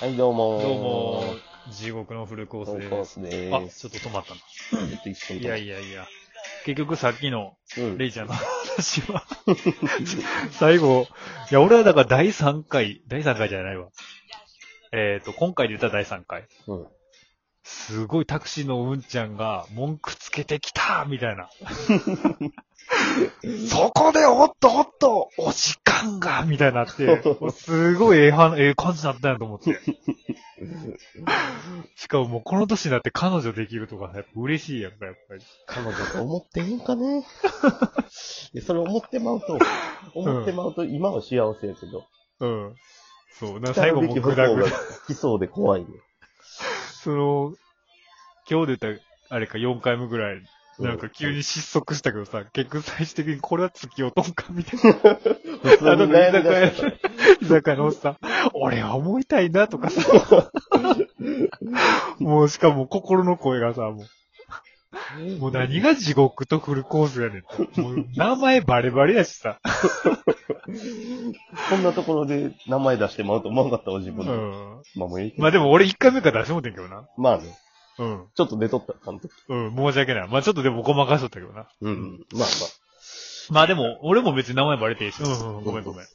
はい、どうもー。どうも、地獄のフルココースーでスコーす。スであ、ーす。ちょっと止まったな。あ、ちょっと一分いやいやいや。結局さっきのや、うん。レイちゃんの話は、 最後、いや、俺はだから第3回、第3回じゃないわ。えっ、と、今回で言ったら第3回。うん。すごいタクシーのうんちゃんが文句つけてきたみたいな。 そこでおっとおっとお時間がみたいにな って、すごいええはええ感じだったんやと思って。しかももうこの年になって彼女できるとかやっぱ嬉しいやんか、やっぱり。彼女と思ってへんか ねいやそれ思ってまうと、思ってまうと今は幸せやけど、うん。そう。な最後もうグダ来グるべダき。来そうで怖いね。その、今日出た、あれか4回目ぐらい、なんか急に失速したけどさ、結局最終的にこれは突き落とんかみたいな。うん、普通にあの悩み居酒出屋したから。居酒屋のおっさん、俺は思いたいなとかさ、 もうしかも心の声がさ、もう、もう何が地獄とフルコースやねんと。もう名前バレバレやしさ、こんなところで名前出してまうと思わんかったわ、自う分で。ん。まあもういいけど。まあでも俺1回目から出してもうてんけどな。まあね、うん。ちょっと出とった、監督。うん、申し訳ない。まあちょっとでもごまかしとったけどな。うん、まあまあ。まあでも、俺も別に名前バレていいし。うん、うん、ごめんごめん。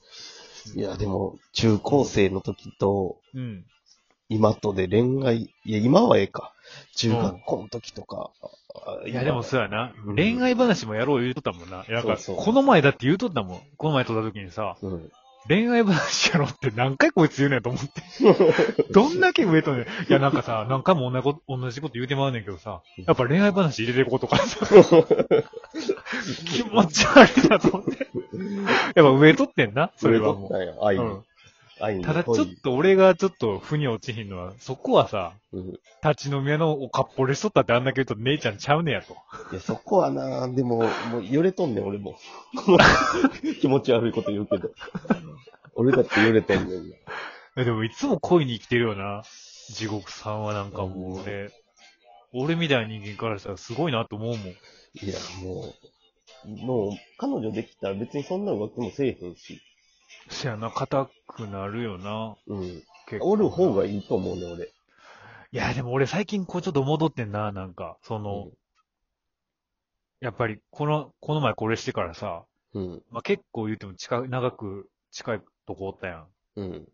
いや、でも、中高生の時と、うん。今とで恋愛、いや、今はええか。中学校の時とか。あいやでもそうやなう。ん恋愛話もやろう言うとったもんな。いやなんか、そうそうこの前だって言うとったもん。この前撮った時にさ、うん。恋愛話やろって何回こいつ言うねんと思って。 どんだけ植えとんねん。いや、なんかさ、何回も同じこと同じこと言うてまうねんけどさ、やっぱ恋愛話入れていこうとかさ、気持ち悪いなと思って。やっぱ植えとってんな、 それはもそれとったんやう。愛うにん、。愛にただち恋ょっと俺がちょっと腑に落ちひんのは、そこはさ、うんい立ち飲み屋のおかっぽれしとったってあんだけ言うと姉ちゃんちゃうねやと。や、そこはな、でも、もう揺れとんねん、俺 も。気持ち悪いこと言うけど。俺だって揺れてんねんな。えでもいつも恋に生きてるよな、地獄さんはなんかもう俺、俺みたいな人間からしたらすごいなと思うもん。いや、もう、もう、彼女できたら別にそんな浮気もせえへんし。せやな、硬くなるよな。うん。結構おる方がいいと思うね、俺。いや、でも俺最近こうちょっと戻ってんな、なんか。その、やっぱり、この、この前これしてからさ、うん。まあ、結構言うても近い、長く近いとこおったやん。うん。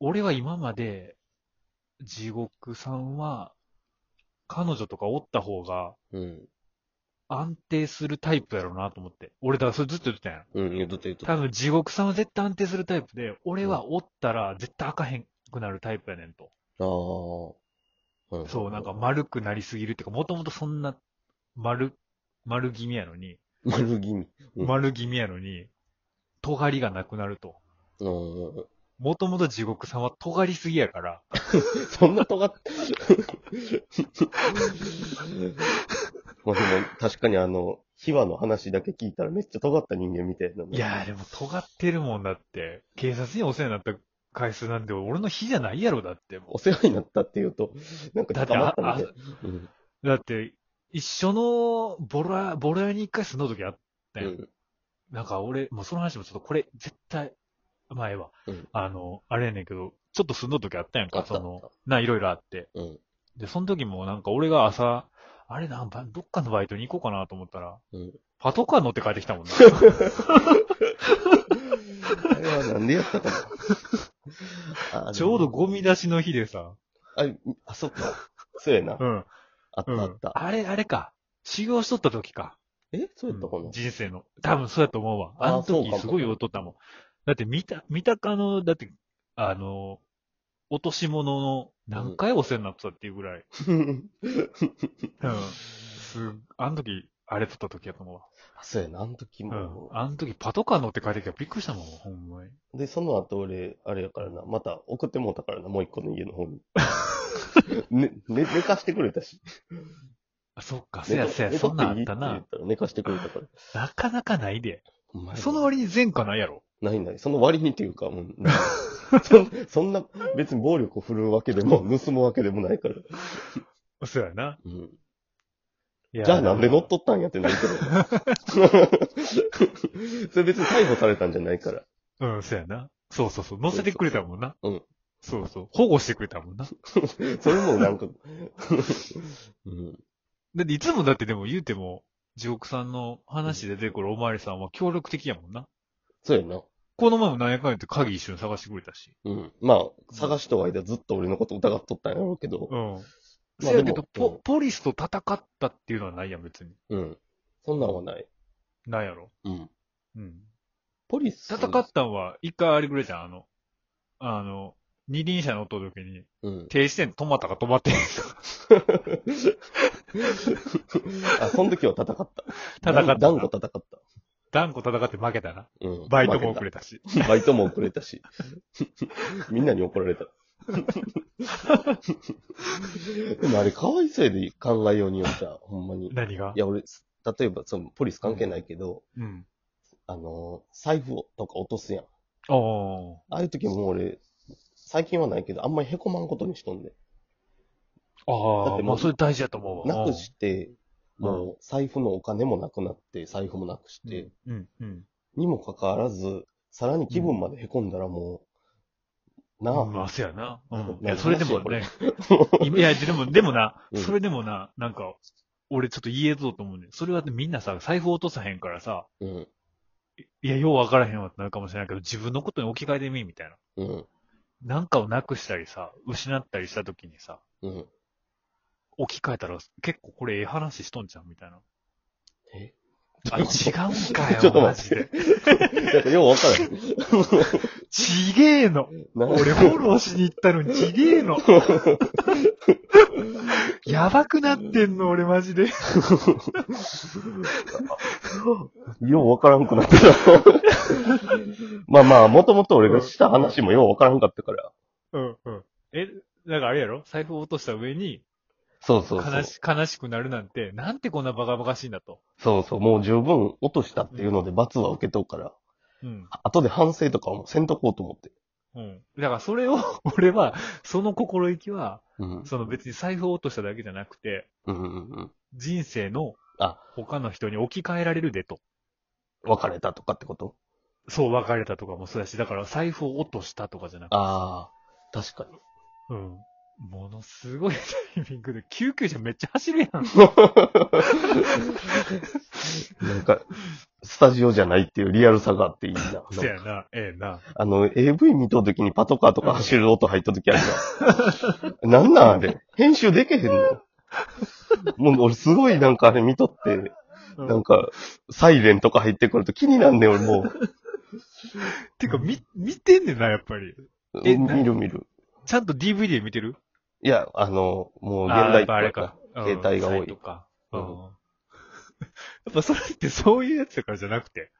俺は今まで、地獄さんは、彼女とかおった方がうん。安定するタイプやろうなと思って。俺、だからそれずっと言ってたやん。うん、言うとった言うとった多分地獄さんは絶対安定するタイプで、俺はおったら絶対開かへんくなるタイプやねんと。ああ。うんそう、なんか、丸くなりすぎるっていうか、もともとそんな丸、丸気味やのに、丸気味。うん丸気味やのに、尖りがなくなると。うん。もともと地獄さんは尖りすぎやから、そんな尖って。まあでも、確かにあの、秘話の話だけ聞いたらめっちゃ尖った人間みたいな。いやーでも尖ってるもんだって、警察にお世話になった回数なんて俺の日じゃないやろだって、もお世話になったって言うと、なんかだって捕まったみたいあうんう。だって、一緒のボロ屋、ボロ屋に一回住んだ時あったうよ。ん。なんか俺、もうその話もちょっとこれ、絶対、前は、うんあの、あれやねんけど、ちょっと住んだ時あったやんあか、ったそあっの、な、いろいろあって。うん。で、その時もなんか俺が朝、あれなんば、どっかのバイトに行こうかなと思ったら、うんパトカー乗って帰ってきた もんな。あれはなんでやった かな。あちょうど、ゴミ出しの日でさ、あ、あ、そっか。そうやなう。ん、あったうん。あった。あれ、あれか。修行しとった時か。えそうやったかなうん人生の。多分そうやと思うわ。ああのそうか時もすごい音ったもん。だって見た、見たかの、だって、あの、落とし物の何回お世話になってたっていうぐらい。うん。す、あの時、あれ撮った時やと思うわ。あそうやな、あの時うんも。。あの時パトカー乗って帰ってきたらびっくりしたもん、ほんまに。で、その後俺、あれやからな、また送ってもうたからな、もう一個の家の方 に。ね、ね、寝かしてくれたし。あ、そっか、寝せとやせや、寝とそんなっていいんあったって言なっ。たら寝かしてくれたから。なかなかないで。ほんまやなその割に前科ないやろ。ないない。その割にっていうか、 もう、ないそそんな、別に暴力を振るうわけでも、盗むわけでもないから。そうやな。うん、いやじゃあなんで乗っとったんやってなるけ ど。それ別に逮捕されたんじゃないから。うん、そうやな。そうそうそう。乗せてくれたもんな。うん。そうそう。保護してくれたもんな。それもなんか、うん。だっていつもだってでも言うても、地獄さんの話で出てくるおまわりさんは協力的やもんな。そうやな。この前も何やかんやって鍵一緒に探してくれたし。うん。まあ、探しとはいえずっと俺のこと疑っとったんやろうけど。うん。まそあうでもやうけど、んポ、ポリスと戦ったっていうのはないやん、別に。うん。そんなんはない。なんやろ。うん。うん。ポリス。戦ったんは、一回あれぐらいじゃん、あの、あの、二輪車乗った時に、 うん。停止点止まったか止まってへんかあ、その時は戦った。戦ったな。断固戦った。断固戦って負けたな。うん。バイトも遅れれたし。た。バイトも遅れた し。みんなに怒られた。でもあれ、かわいそうやで考えようによっては、ほんまに。い何がや、俺、例えば、その、ポリス関係ないけど、うん。あのー、財布をとか落とすやん。おー。ああいう時も俺、最近はないけど、あんまり凹まんことにしとんで。ああ、だってもうまあそれ大事だと思うなわ。くして、うんもう、財布のお金もなくなって、財布もなくしうんて、うん、うん。にもかかわらず、さらに気分まで凹んだらもう、なあ、 まあ、そうやな。うん。いなや、それでもこねれ、いや、でも、でもな、うんそれでもな、なんか、俺ちょっと言えぞと思うねん。それはみんなさ、財布落とさへんからさ、うん、いや、ようわからへんわってなるかもしれないけど、自分のことに置き換えてみ、みたいうな。ん、なんかをなくしたりさ、失ったりした時にさ、うん。置き換えたら、結構これええ話しとんじゃん、みたいな。えあ、違うんかよ、 ちょっとマ待ジってで。 なんかようわからへん。ちげえの。な 俺フォローしに行ったのにちげ えの。やばくなってんの、俺マジで。ようわからんくなった。 まあまあ、もともと俺がした話もようわからんかったから。うんうん。え、なんかあれやろ財布を落とした上にそうそうそう悲。し、悲しくなるなんて、なんてこんなバカバカしいんだと。そうそう、もう十分落としたっていうので罰は受けとうから、うん。後で反省とかはもうせんとこうと思って。うん。だからそれを、 俺は、その心意気は、うん。その別に財布を落としただけじゃなくて、うんうんうん。人生のあ、他の人に置き換えられるでと。別れたとかってことそう、別れたとかもそうだし、だから財布を落としたとかじゃなくてああ、確かに。うん。ものすごい タイミングで、救急車めっちゃ走るやん。なん か、スタジオじゃないっていうリアルさがあっていいな。そやな、ええな。あの、AV 見とるときにパトカーとか走る音入ったときあるじゃん。なんなんあれ編集でけへんのもう俺すごいなんかあれ見とって、うなんん、か、サイレンとか入ってくると気になんねん俺もてか、み、見てんねんな、やっぱり。う。えな見る見る。ちゃんと DVD 見てるいや、あの、もう現あーや代っっぱあぽれいかか。。うん携帯が多いサイトか。うん。 うやっぱそれってそういうやつだからじゃなくて、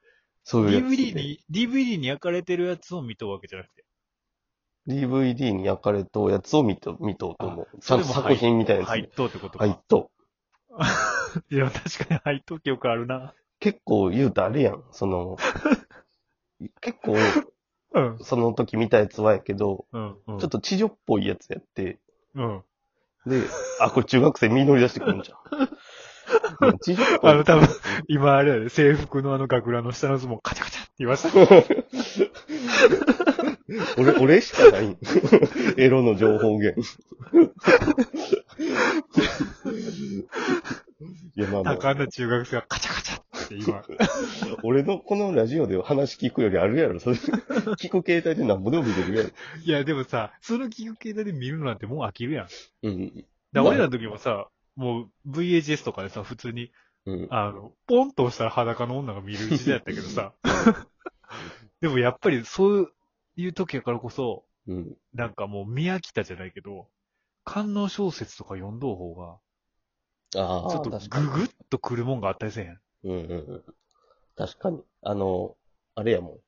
そういうやつ DVD に、DVD に焼かれてるやつを見とうわけじゃなくて、 DVD に焼かれとやつを見と、見とうと思う。ちゃんとそれも作品みたいなやつ。入っとうってことか。入っとう。いや、確かに入っとう記憶あるな。結構言うとあれやん。その、 結構、うん。その時見たやつはやけど、うん。うんちょっ。と地女っぽいやつやって、うん。で、 あ、これ中学生身乗り出してくるんじゃん。 うん地女っぽあいの、。多分、今あれやで、制服のあの学ランの下のズボンカチャカチャって言いました。 俺、俺しかない。 エロの情報 源。いや、まあまあ、高んな中学生がカチャカチャって今。 俺のこのラジオで話聞くよりあるやろ。 それ聞く携帯で何ぼでも見れるやろ。いや、でもさ、その企業形態で見るのなんてもう飽きるやん。だかうん。ら俺らの時もさ、もう VHS とかでさ、普通に、うん。あの、ポンと押したら裸の女が見る時代やったけど さ。でもやっぱりそういう時やからこそ、うん。なんかもう見飽きたじゃないけど、観音小説とか読んどう方が、ああ、ちょっと確かにググッとくるもんがあったりせえへん。うんうんうん。確かに。あの、あれやもん。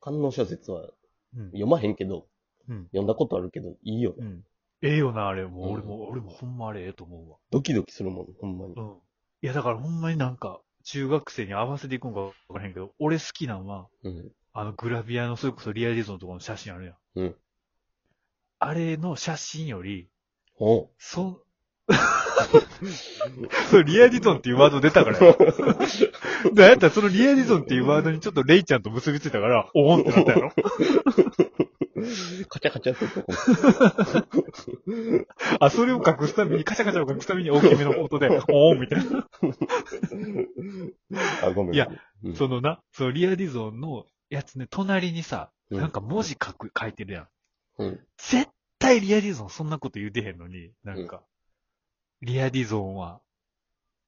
観音小説はうん。読まへんけど、うん。読んだことあるけど、いいよね。うん。ええよな、あれ。もううん俺も、俺もほんまあれええと思うわ。ドキドキするもん、ほんまにう。ん。いや、だからほんまになんか、中学生に合わせていくんかわからへんけど、俺好きなんは、うん。あのグラビアの、それこそリアリズムのところの写真あるやん。うん。あれの写真より、おうそ ん、そう、リアリゾンっていうワード出たからや。だやったらそのリアリゾンっていうワードにちょっとレイちゃんと結びついたから、おおんってなったや ろ。カチャカチャってとこ。あ、それを隠すために、カチャカチャを隠すために大きめ の音で、おーみたいな。あ、ごめん。いやうん、そのな、そのリアディゾンのやつね、隣にさ、うんなんか文字書く、書いてるやん。うん。絶対リアディゾンそんなこと言うてへんのに、なんか、リアディゾンは、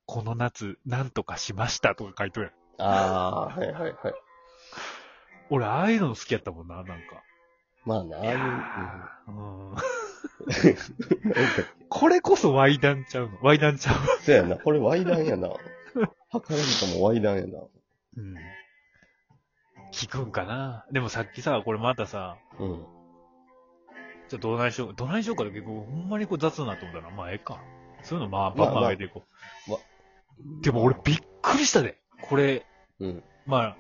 この夏、なんとかしましたとか書いとるやん。ああ、はいはいはい。俺、ああいうの好きやったもんな、なんか。まあな、ああいいうやーうん これこそワイダンちゃうの。ワイダンちゃう。うん。そうやな、これワイダンやな。 測られたもワイダンやな。うん。聞くんかな。でもさっきさ、これまたさ、うん。ちょっとどないしよう、どないしようかと結構、ほんまにこう雑なと思ったら、まあええか。そういうのまあ、パンパン上げていこう。まあでも俺びっくりしたで。これ、うん。ま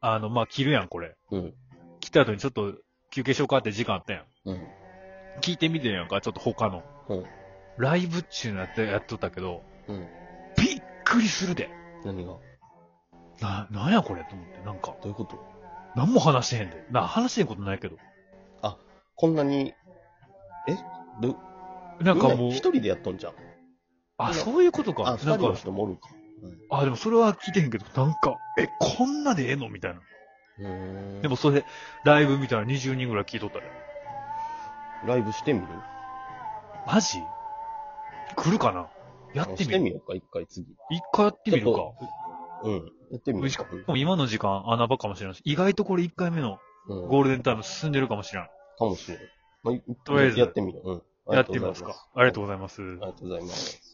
あ、あの、まあ切るやん、これ。うん。切った後にちょっと休憩しようかって時間あったやん。うん。聞いてみてんやんか、ちょっと他の。うん。ライブっちゅうのやって、やっとったけど、うん。びっくりするで。何がどな、なんやこれと思って、なんか、ういうことなんも話してへんで。な、話してへんことないけど。こんなに、えど、なんかもう一、人でやっとんじゃん。あ、そういうことあ、か二。人なんのか、人もおるか。あ、でもそれは聞いてへんけど、なんか、え、こんなでええのみたいな。うーん。でもそれ、ライブ見たら20人ぐらい聞いとったで。ライブしてみるマジ来るかなやってしみてるみようか、一回次。一回やってみるちかょ。うん。やってみよしかも今の時間穴場かもしれないし、意外とこれ1回目のう。うん。ゴールデンタイム進んでるかもしれない。かもしれない。まあ、とりあえずやってみよう。うん。やってみますか。ありがとうございます。ありがとうございます。